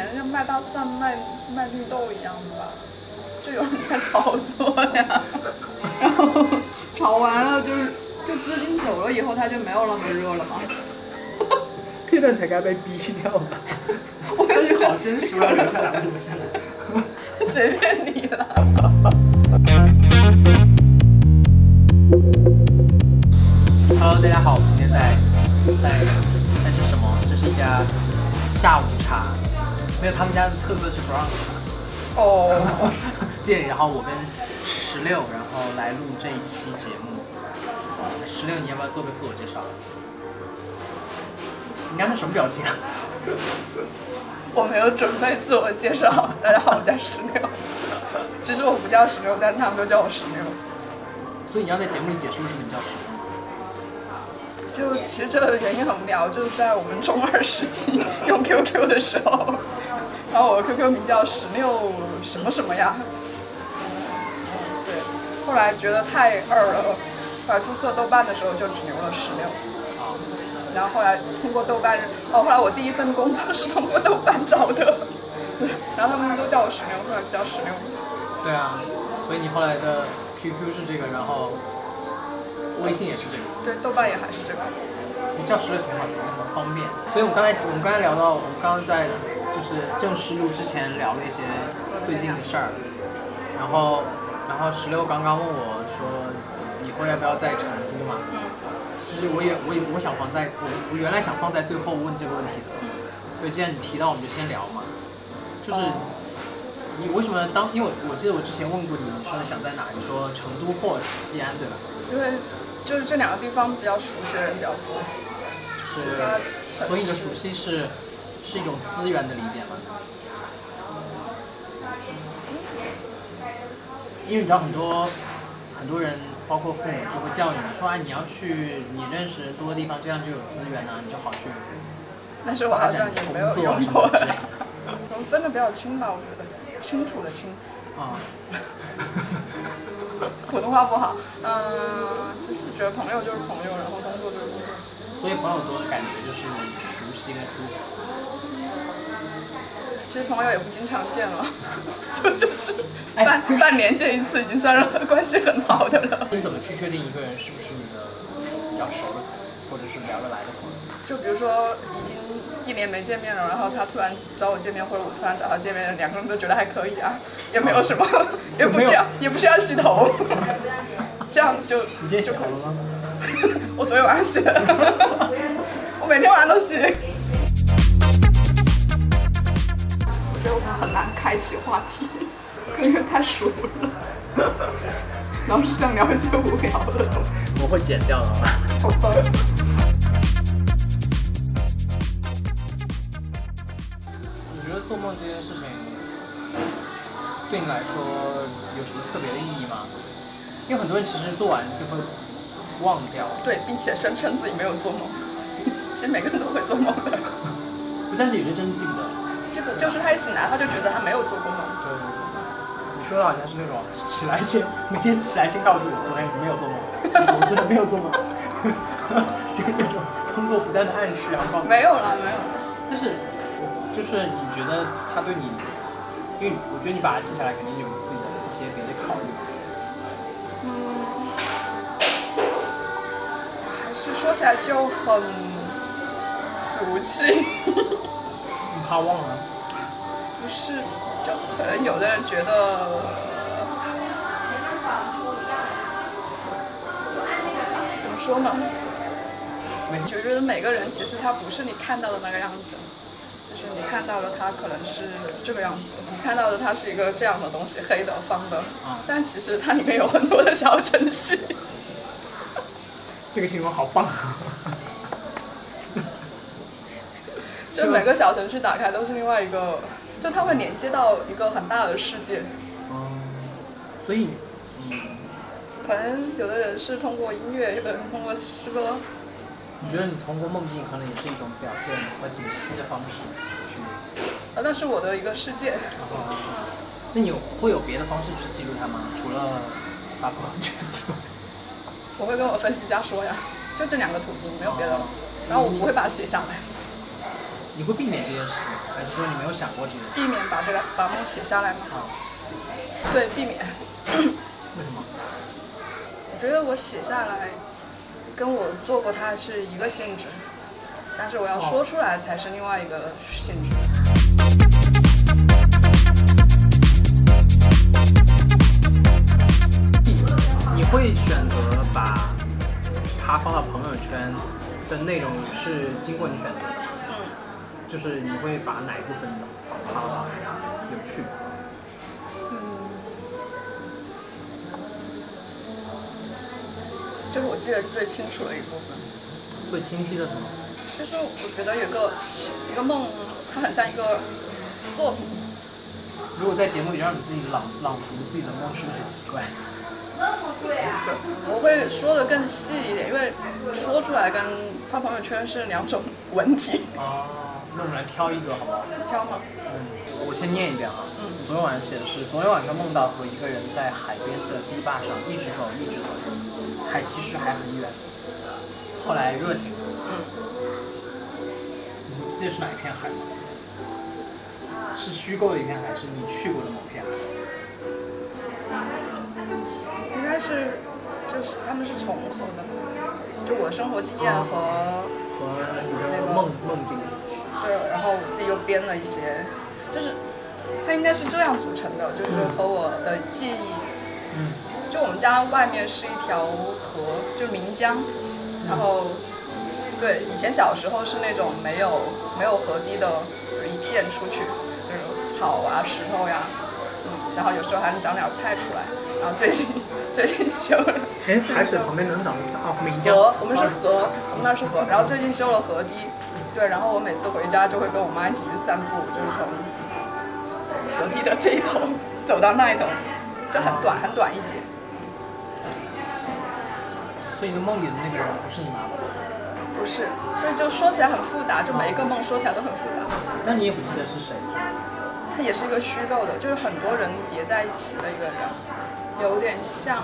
前就卖大蒜、卖卖绿豆一样的吧，就有人在炒作呀。然后炒完了就是，就资金走了以后，它就没有那么热了嘛。这段才该被逼掉吧？我感觉好真实啊，留下来，留下来。随便你了。 Hello，大家好，我们今天在在在吃什么？这是一家下午茶，没有他们家的特色是不让 茶哦，店。然后我跟十六，然后来录这一期节目。十六，你要不要做个自我介绍？你刚才什么表情啊？我没有准备自我介绍。大家好，我叫石榴。其实我不叫石榴，但是他们都叫我石榴。所以你要在节目里解释为什么你叫十就六？其实这个原因很无聊，就是在我们中二时期用 QQ 的时候，然后我的 QQ 名叫十六什么什么呀，对，后来觉得太二了，后来注册豆瓣的时候就只留了十六，啊，然后后来通过豆瓣，哦，后来我第一份工作是通过豆瓣找的， 然后他们都叫我十六，后来就叫十六，对啊，所以你后来的 QQ 是这个，然后微信也是这个。对，豆瓣也还是这个，你叫石榴挺好的，很方便。所以我们刚才我们刚才聊到，我们刚刚在就是正式录之前聊了一些最近的事儿，然后然后石榴刚刚问我说，以后要不要在成都嘛？其实我也我也我想放在我我原来想放在最后问这个问题的，对，既然你提到，我们就先聊嘛。就是你为什么当？因为我我记得我之前问过你，你说想在哪？你说成都或西安，对吧？因为就是这两个地方比较熟悉的人比较多，就其是他所以你的城市熟悉是是一种资源的理解吗？嗯因为你知道很多很多人，包括父母就会教育你说，哎，你要去你认识多的地方，这样就有资源啊，你就好去但是我发好像展也工没有作啊用什过么。之类的。我们分的比较清吧，我觉得清楚的清，啊，普通话不好。嗯、就是觉得朋友就是朋友，然后工作就是工作。所以朋友多的感觉就是你熟悉跟舒服。其实朋友也不经常见了， 就就是哎半、半年见一次，已经算是关系很好的了。你怎么去确定一个人是不是你的比较熟的朋友，或者是聊得来的朋友？就比如说已经一年没见面了，然后他突然找我见面，或者我突然找他见面，两个人都觉得还可以啊，也没有什么，也不需要也不需要洗 头，这样就你今天想了吗？我昨天晚上洗的， 我每天晚上都洗。我觉得我们很难开启话题，因为太熟了，老是想聊一些无聊的东西。我会剪掉的吧。好吧。你觉得做梦这件事情对你来说有什么特别的意义吗？因为很多人其实做完就会忘掉，对，并且声称自己没有做梦，其实每个人都会做梦的。但是有些真记不得。这个就是他一醒来，他就觉得他没有做过梦。对对对，你说的好像是那种 起来先每天起来先告诉我昨天没有做梦，其实我真的没有做梦， 就是那种通过不断的暗示然后告诉没有了，没有了。但是就是你觉得他对你，因为我觉得你把它记下来肯定有自己的一些别的考虑。嗯，还是说起来就很俗气。你怕忘了？不是，就可能有的人觉得，怎么说呢？没就觉得每个人其实他不是你看到的那个样子，就是你看到的他可能是这个样子，你看到的他是一个这样的东西，黑的、方的嗯，但其实它里面有很多的小程序。这个形容好棒啊！就每个小程序打开都是另外一个，就它会连接到一个很大的世界。嗯所以你可能有的人是通过音乐，有的人通过诗歌，你觉得你通过梦境可能也是一种表现和解析的方式去，啊，那是我的一个世界。然后那你有会有别的方式去记录它吗？除了发朋友圈之外，我会跟我分析家说呀，就这两个途径，没有别的了。然后我不会把它写下来，你会避免这件事情，还是说你没有想过这件事？避免把这个把梦写下来嘛。啊，对，避免。为什么？我觉得我写下来，跟我做过它是一个性质，但是我要说出来才是另外一个性质。你会选择把它放到朋友圈的内容是经过你选择的，嗯，就是你会把哪一部分放放到有趣？这是我记得最清楚的一部分。最清晰的什么？就是我觉得有个一个梦，它很像一个作品，如果在节目里让你自己朗朗读自己的梦，是不是很奇怪？我会说的更细一点，因为说出来跟发朋友圈是两种 文体。哦，那我们来挑一个好不好？挑吗？嗯，我先念一遍啊。嗯，昨天晚上写的是，昨天晚上梦到和一个人在海边的堤坝上一直走，一直走，海其实还很远。后来热醒了。嗯。你记得是哪一片海吗？是虚构的一片海，是你去过的某片海？应该是，就是他们是重合的，就我生活经验和和你的梦梦境。对，然后我自己又编了一些，就是它应该是这样组成的，就是和我的记忆嗯就我们家外面是一条河，就岷江，然后对，以前小时候是那种没有没有河堤的，就一片出去，就是草啊、石头呀、嗯，然后有时候还能长点菜出来，然后最近最近修了哎，海水旁边能长啥？哦，米浆。河，我们是河，我们那儿是河，然后最近修了河堤，对，然后我每次回家就会跟我妈一起去散步，就是从河堤的这一头走到那一头，就很短很短一截。所以你的梦里的那个人不是你妈妈，不是，所以就说起来很复杂，就每一个梦说起来都很复杂。但你也不记得是谁。它也是一个虚构的，就是很多人叠在一起的一个人，有点像，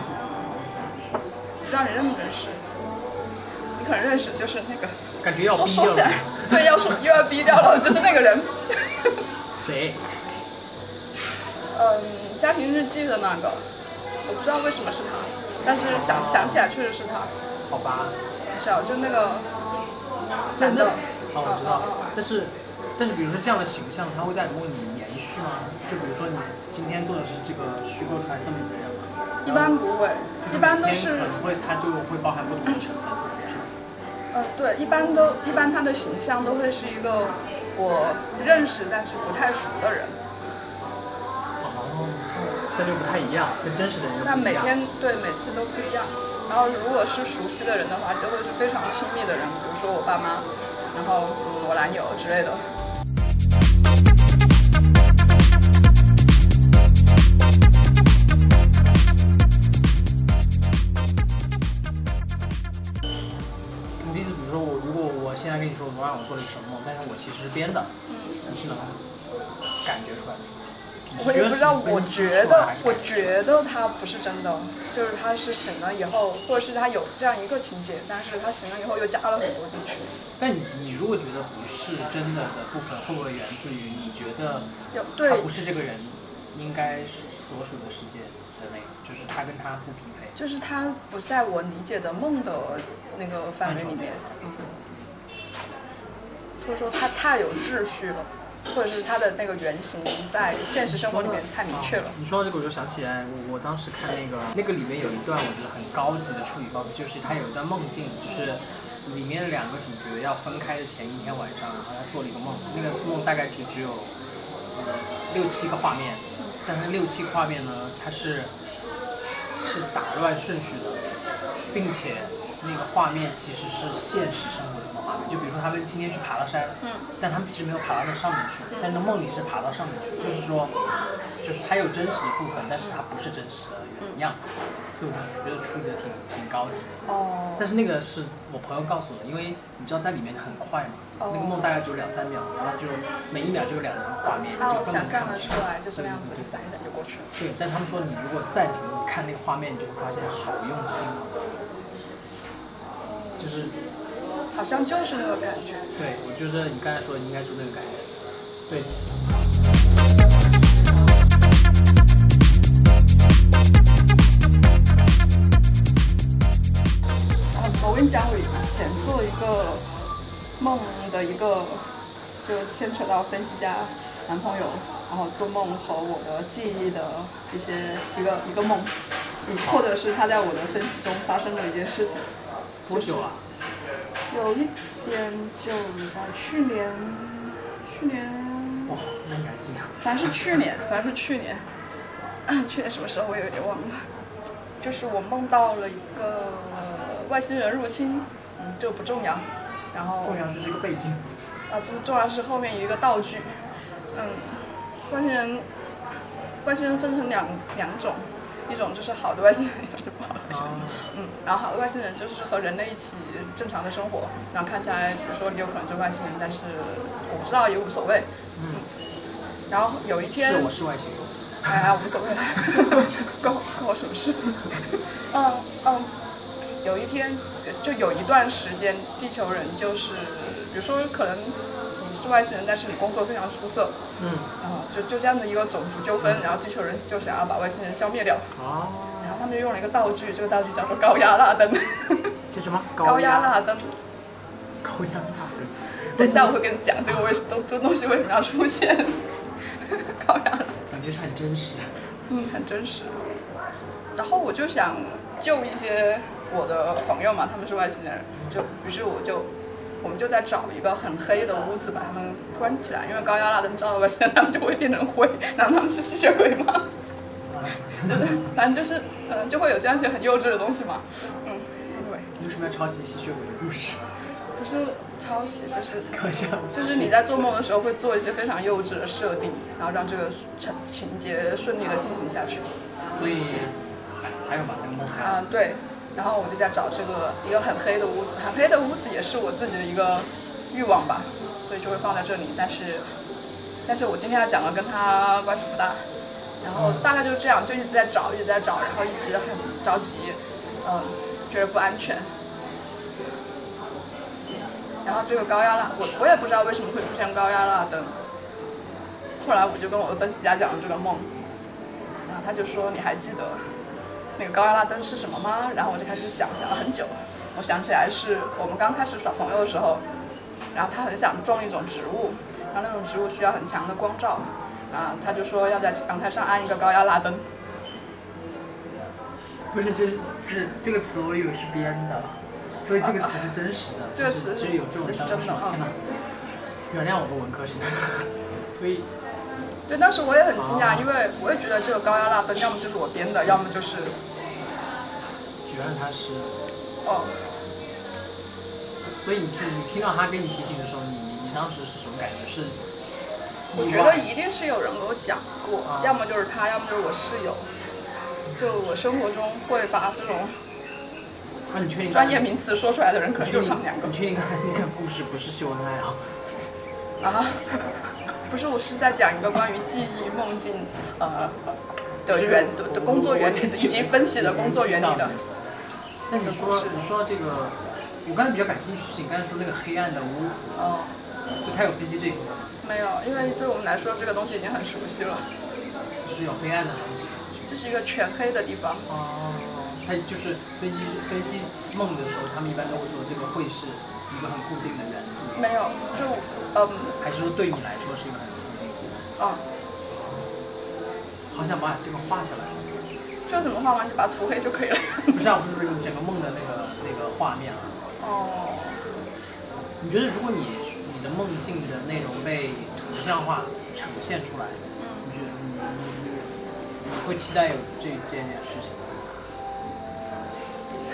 不知道你认不认识？你可能认识，就是那个感觉要说逼说起来了。，对，要说又要逼掉了，就是那个人，谁？嗯，家庭日记的那个，我不知道为什么是他，但是想想起来确实是他，好吧。是啊，就那个男的，哦，我知道，但是，但是，比如说这样的形象，它会在梦里延续吗？就比如说你今天做的是这个虚构出来这么一个人嘛，一般不会，嗯一般都就是每天可能会它就会包含不同的成分，是吧呃，对，一般都一般他的形象都会是一个我认识但是不太熟的人，哦，这就不太一样，跟真实的人就但不一每样。天对每次都不一样。然后如果是熟悉的人的话，就会是非常亲密的人，比如说我爸妈，然后嗯我男友之类的。你的意思，比如说我，如果我现在跟你说，昨晚我做了一个什么梦，但是我其实是编的，你是能感觉出来的。我也不知道，我觉得我我觉得他不是真的，就是他是醒了以后，或者是他有这样一个情节，但是他醒了以后又加了很多进去。但你你如果觉得不是真的的部分，会不会源自于你觉得有他对不是这个人应该是所属的世界的那个，就是他跟他不匹配。就是它不在我理解的梦的那个范围里面，嗯或者说它太有秩序了，或者是它的那个原型在现实生活里面太明确了。你说到这个，我就想起来，我我当时看那个那个里面有一段我觉得很高级的处理方式，就是他有一段梦境，就是里面两个主角要分开的前一天晚上，然后他做了一个梦，那个梦大概就只有呃六七个画面，但是六七个画面呢，它是是打乱顺序的，并且那个画面其实是现实生活中的画面，就比如说他们今天去爬了山，嗯，但他们其实没有爬到那上面去，但是梦里是爬到上面去，就是说，就是它有真实的部分，但是它不是真实的原样，所以我就觉得处理的挺挺高级的。哦，但是那个是我朋友告诉我的，因为你知道在里面很快嘛，哦那个梦大概只有两三秒，然后就每一秒就有两张画面，啊，我你哦就根本想象看不得清出来，就是那样子，一闪一闪就过去了。对，但他们说你如果暂停你看那个画面，你就会发现好用心啊，就是好像就是那个感觉。对，我觉得你刚才说的应该是那个感觉。对，啊，我跟你讲，我以前做一个梦的一个，就牵扯到分析家男朋友，然后做梦和我的记忆的一些一个一个梦，嗯或者是他在我的分析中发生的一件事情。多久啊？有一点久吧，去年，去年，哇，那你还记得？反正是去年，反正是去年， 去年什么时候我有点忘了。就是我梦到了一个呃外星人入侵，嗯，这个不重要。然后重要是这个背景。啊，不重要是后面有一个道具，嗯，外星人，外星人分成两两种，一种就是好的外星人，一种就是不好的外星哦人。啊嗯，然后好的外星人就是和人类一起正常的生活，然后看起来，比如说你有可能就是外星人，但是我不知道也无所谓。嗯，然后有一天，是我是外星人。哎呀，无所谓了， 关我关我什么事？ 嗯嗯，有一天就有一段时间，地球人就是，比如说可能你是外星人，但是你工作非常出色，嗯，然后就就这样的一个种族纠纷，然后地球人就想要把外星人消灭掉，哦，然后他们就用了一个道具，这个道具叫做高压蜡灯，这什么？高压蜡灯。高压蜡灯。等一下我会跟你讲这个为什么这东西为什么要出现， 高压蜡灯。感觉是很真实。嗯，很真实。然后我就想救一些我的朋友嘛，他们是外星人，就于是我就我们就在找一个很黑的屋子把他们关起来，因为高压蜡灯照到外星人，他们就会变成灰，难道他们是吸血鬼吗？ 啊就是反正就是嗯、呃就会有这样一些很幼稚的东西嘛。嗯，anyway，你为什么要抄袭吸血鬼的故事？ 不是抄袭，就是搞笑。就是你在做梦的时候会做一些非常幼稚的设定，然后让这个情情节顺利的进行下去。所以还还有吗？那个梦还有。啊，对。然后我就在找这个一个很黑的屋子，很黑的屋子也是我自己的一个欲望吧，所以就会放在这里。但是，但是我今天要讲的跟它关系不大。然后大概就是这样，就一直在找，一直在找，然后一直很着急，嗯，觉得不安全。然后这个高压蜡，我我也不知道为什么会出现高压蜡灯。后来我就跟我的分析家讲了这个梦，然后他就说你还记得那个高压蜡灯是什么吗？然后我就开始想，想了很久，我想起来是我们刚开始耍朋友的时候，然后他很想种一种植物，然后那种植物需要很强的光照，啊，他就说要在阳台上安一个高压蜡灯。不是，这是是这个词，我以为是编的，所以这个词是真实的。这个就是词只是有这种词是当真时的天哪！原谅我的文科生。所以对，当时我也很惊讶，因为我也觉得这个高压蜡灯要么就是我编的，要么就是原谅他是，哦，所以你听你听到他给你提醒的时候，你你你当时是什么感觉？是我意觉外得一定是有人给我讲过啊，要么就是他，要么就是我室友。就我生活中会把这种那你确定专业名词说出来的人，可能你确就是定他们两个你确定刚才那个故事不是秀恩爱啊？啊。 不是，我是在讲一个关于记忆、梦境，呃的是原的的我工作原理我以及分析的工作原理的。嗯但你故说事你说到这个，我刚才比较感兴趣是你刚才说那个黑暗的屋子，哦，就它有飞机这一部分吗，没有，因为对我们来说这个东西已经很熟悉了，就是有黑暗的东西。这是一个全黑的地方。哦，它就是分析分析梦的时候，他们一般都会说这个会是一个很固定的元素，没有，就嗯还是说对你来说是一个很固定的元素？啊，好想把这个画下来，这怎么画完就把它涂黑就可以了。不是啊，不是不是整个梦的那个那个画面啊。哦，你觉得如果你你的梦境的内容被图像化呈现出来，嗯你觉得你你你会期待有这这件事情吗？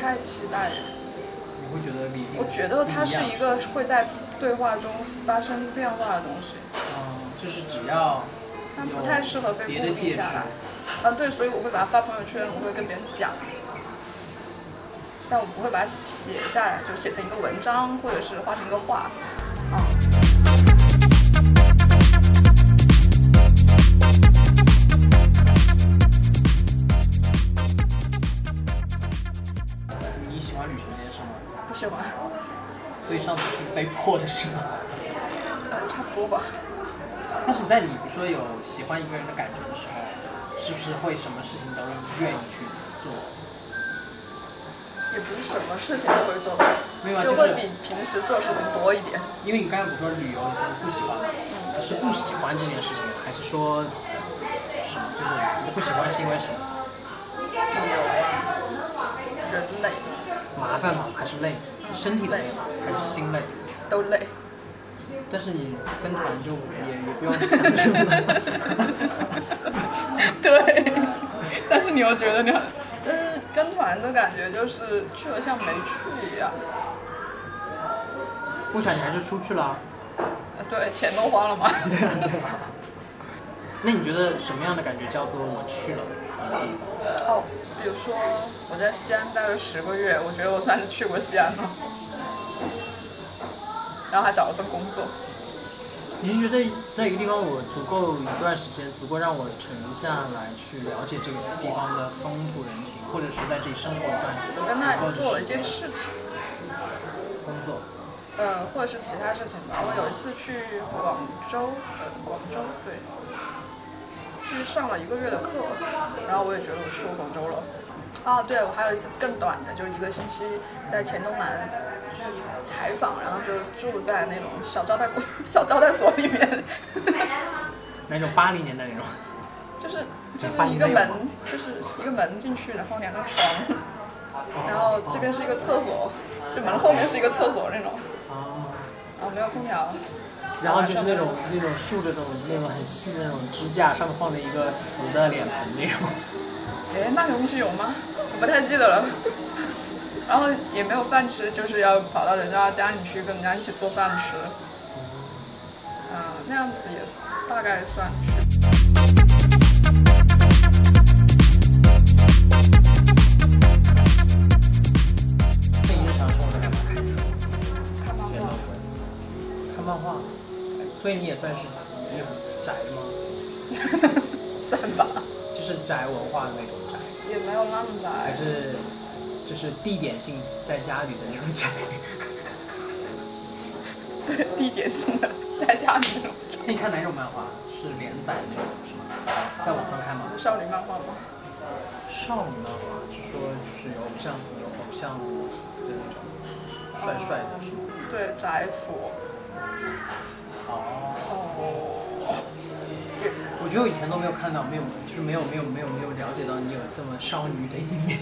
太期待了。你会觉得比我觉得它是一个，个会在对话中发生变化的东西，嗯，就是只要它有不太适合被别固的定介质下来。嗯，对，所以我会把它发朋友圈，我会跟别人讲，但我不会把它写下来，就写成一个文章，或者是画成一个画。嗯，你喜欢旅行这件事吗？不喜欢。所以上次是吗？呃，差不多吧。 但是在你比如说有喜欢一个人的感觉的时候，是不是会什么事情都愿意去做？也不是什么事情都会做，没有啊，就就会是比平时做事情多一点。因为你刚才不是说旅游你说不喜欢吗，是不喜欢这件事情，还是说什么？就是你不喜欢是因为什么？人累麻烦吗？还是累？身体累吗？还是心累？都累， 但是你跟团就也也不用想这 么对。但是你又觉得你很，但是跟团的感觉就是去了像没去一样。不想你还是出去了啊。呃对，钱都花了嘛。 那你觉得什么样的感觉叫做我去了一个地方？哦，比如说我在西安待了十个月，我觉得我算是去过西安了。 然后还找了份工作，你是觉得在一个地方我足够一段时间，足够让我沉下来去了解这个地方的风土人情，或者是在这里生活一段时间，我 在那里做了一件事情，工作？呃，或者是其他事情吧。我有一次去广州，呃，广州对，去上了一个月的课，然后我也觉得我去过广州了。哦，对，我还有一次更短的，就是一个星期在黔东南去采访，然后就住在那种小招待公 小招待所里面。那种八零年代那种，就是就这是搬一个没有门吗，就是一个门进去，然后两个床，然后这边是一个厕所，就门后面是一个厕所那种，哦，然后没有空调，然后就是那种那种竖着那种那种很细的那种支架，上面放着一个瓷的脸盆那种，哎，那个东西有吗？我不太记得了。 然后也没有饭吃，就是要跑到人家家里去跟人家一起做饭吃。嗯，那样子也大概算 是。那你日常生活中干嘛看看书？漫画，看漫画，所以你也算是日本宅吗？算吧，就是宅文化的那种宅，也没有那么还宅。是就是地点性在家里的那种宅？对，地点性的，在家里那种那你看哪种漫画？是连载那种是吗？在网上看吗？少女漫画吗？少女漫画是说就是有偶像有偶像的那种，帅帅的是吗？对，宅腐。哦。哦，我觉得我以前都没有看到，没有，就是没有，没有，没有，没有了解到你有这么少女的一面。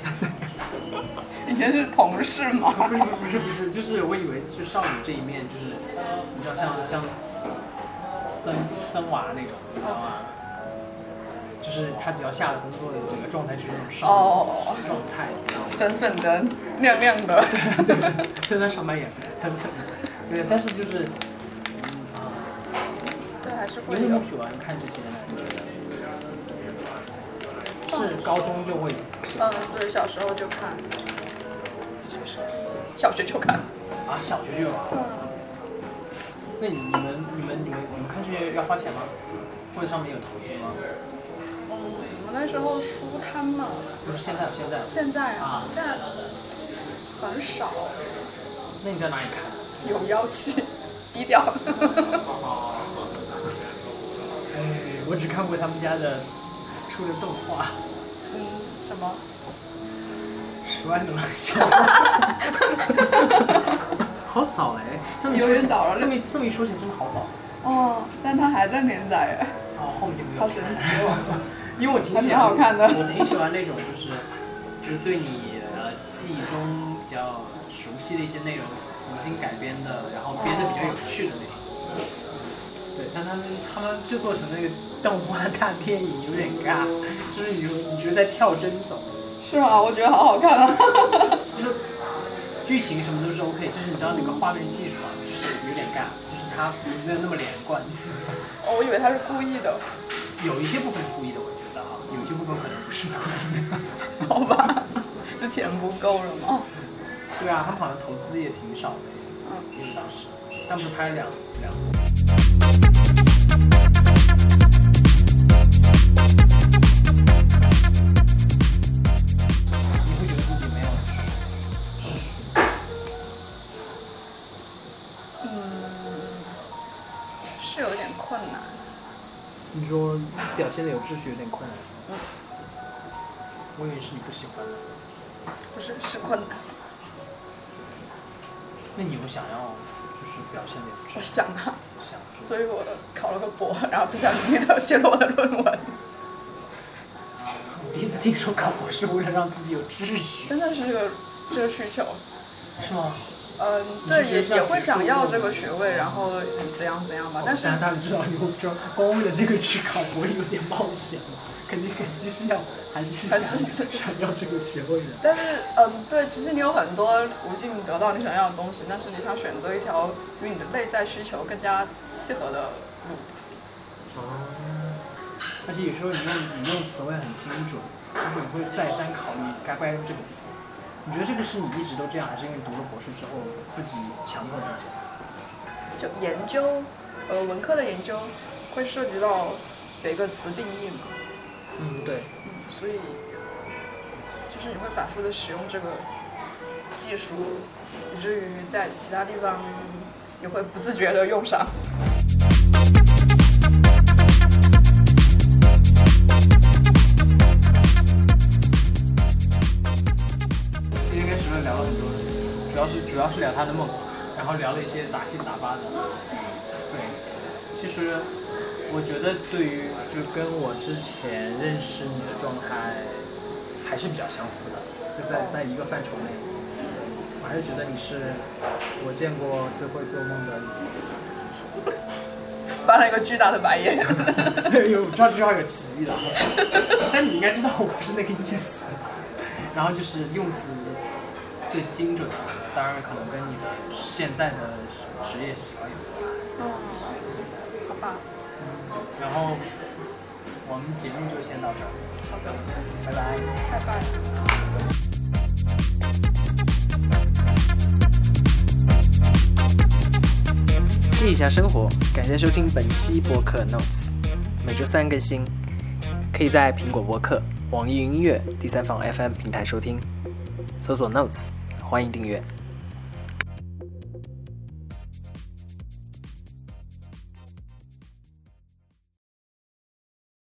以前是同事吗？ 不是，不是，不是，就是我以为是少女这一面，就是你知道像像曾曾娃那种，你知道吗？就是她只要下了工作的整个状态就是那种少哦，女状态，你知道吗？粉粉的，亮亮的。对，虽然上班也很很，对，但是就是，嗯啊，对，还是会你为有不。喜欢看这些是高中就会喜欢嗯，对，小时候就看。小时候，小学就看。啊，小学就有啊。嗯那你你们你们你们你们看这些要花钱吗？或者上面有投影吗？嗯，我那时候书摊嘛，不是现在有现在有，现在啊啊，现在很少，那你在哪里看？有妖气， 低调。哎，我只看过他们家的出的动 画《嗯，什么？十万个冷 笑好早哎，这么一有说点起早了这么一这么一说起来真的好早。哦，但它还在连载耶。哦，后面就没有。好神奇哦！因为我挺还喜挺欢，好看的我挺喜欢那种就是就是对你呃记忆中比较熟悉的一些内容重新改编的，然后编的比较有趣的那种。对，但他们他们制作成那个动画大电影有点尬，就是你就你觉得在跳帧走，是吗？我觉得好好看 啊。就是剧情什么都是 OK，就是你知道那个画面技术啊，就是有点尬，就是它没有那么连贯。哦我以为他是故意的。有一些部分是故意的，我觉得啊，有一些部分可能不是故意的。 好吧，这钱不够了吗？对啊，他们好像投资也挺少的，因为当时他们是拍了两两次。你会觉得自己没有知识嗯，你说表现的有秩序有点困难。我以为是你不喜欢，不是是困难。那你有想要就是表现的有我秩序？想啊，想说所以我考了个博，然后就在里面头写了我的论文，我第一次听说考博是为了让自己有秩序，真的是这个这个需求。是吗？嗯，对，也也会想要这个学位，然后怎样怎样吧。但是但他们知道你知道，光为了这个去考博有点冒险了，肯定肯定是要还是想还是想要这个学位的。但是，嗯，对，其实你有很多途径得到你想要的东西，但是你想选择一条与你的内在需求更加契合的路。哦而且有时候你用你用词汇很精准，就是你会再三考虑该不该用这个词。你觉得这个是你一直都这样，还是因为你读了博士之后自己强迫自己？就研究，呃，文科的研究会涉及到给一个词定义嘛，嗯，对。嗯，所以就是你会反复的使用这个技术，以至于在其他地方也会不自觉的用上。 今天跟石头聊了很多，主要是主要是聊他的梦，然后聊了一些杂七杂八的。对，其实我觉得对于就跟我之前认识你的状态还是比较相似的，就在在一个范畴内，我还是觉得你是我见过最会做梦的女翻了一个巨大的白眼。人。 有我知道这句话有歧义的，啊但你应该知道我不是那个意思。然后就是用词最精准的，当然可能跟你的现在的职业习惯有关。嗯，好吧，然后我们节目就先到这儿，好的，拜拜。拜拜。记一下生活，感谢收听本期播客 Notes，每周三更新，可以在苹果播客、网易云音乐、第三方 FM 平台收听，搜索 Notes，欢迎订阅。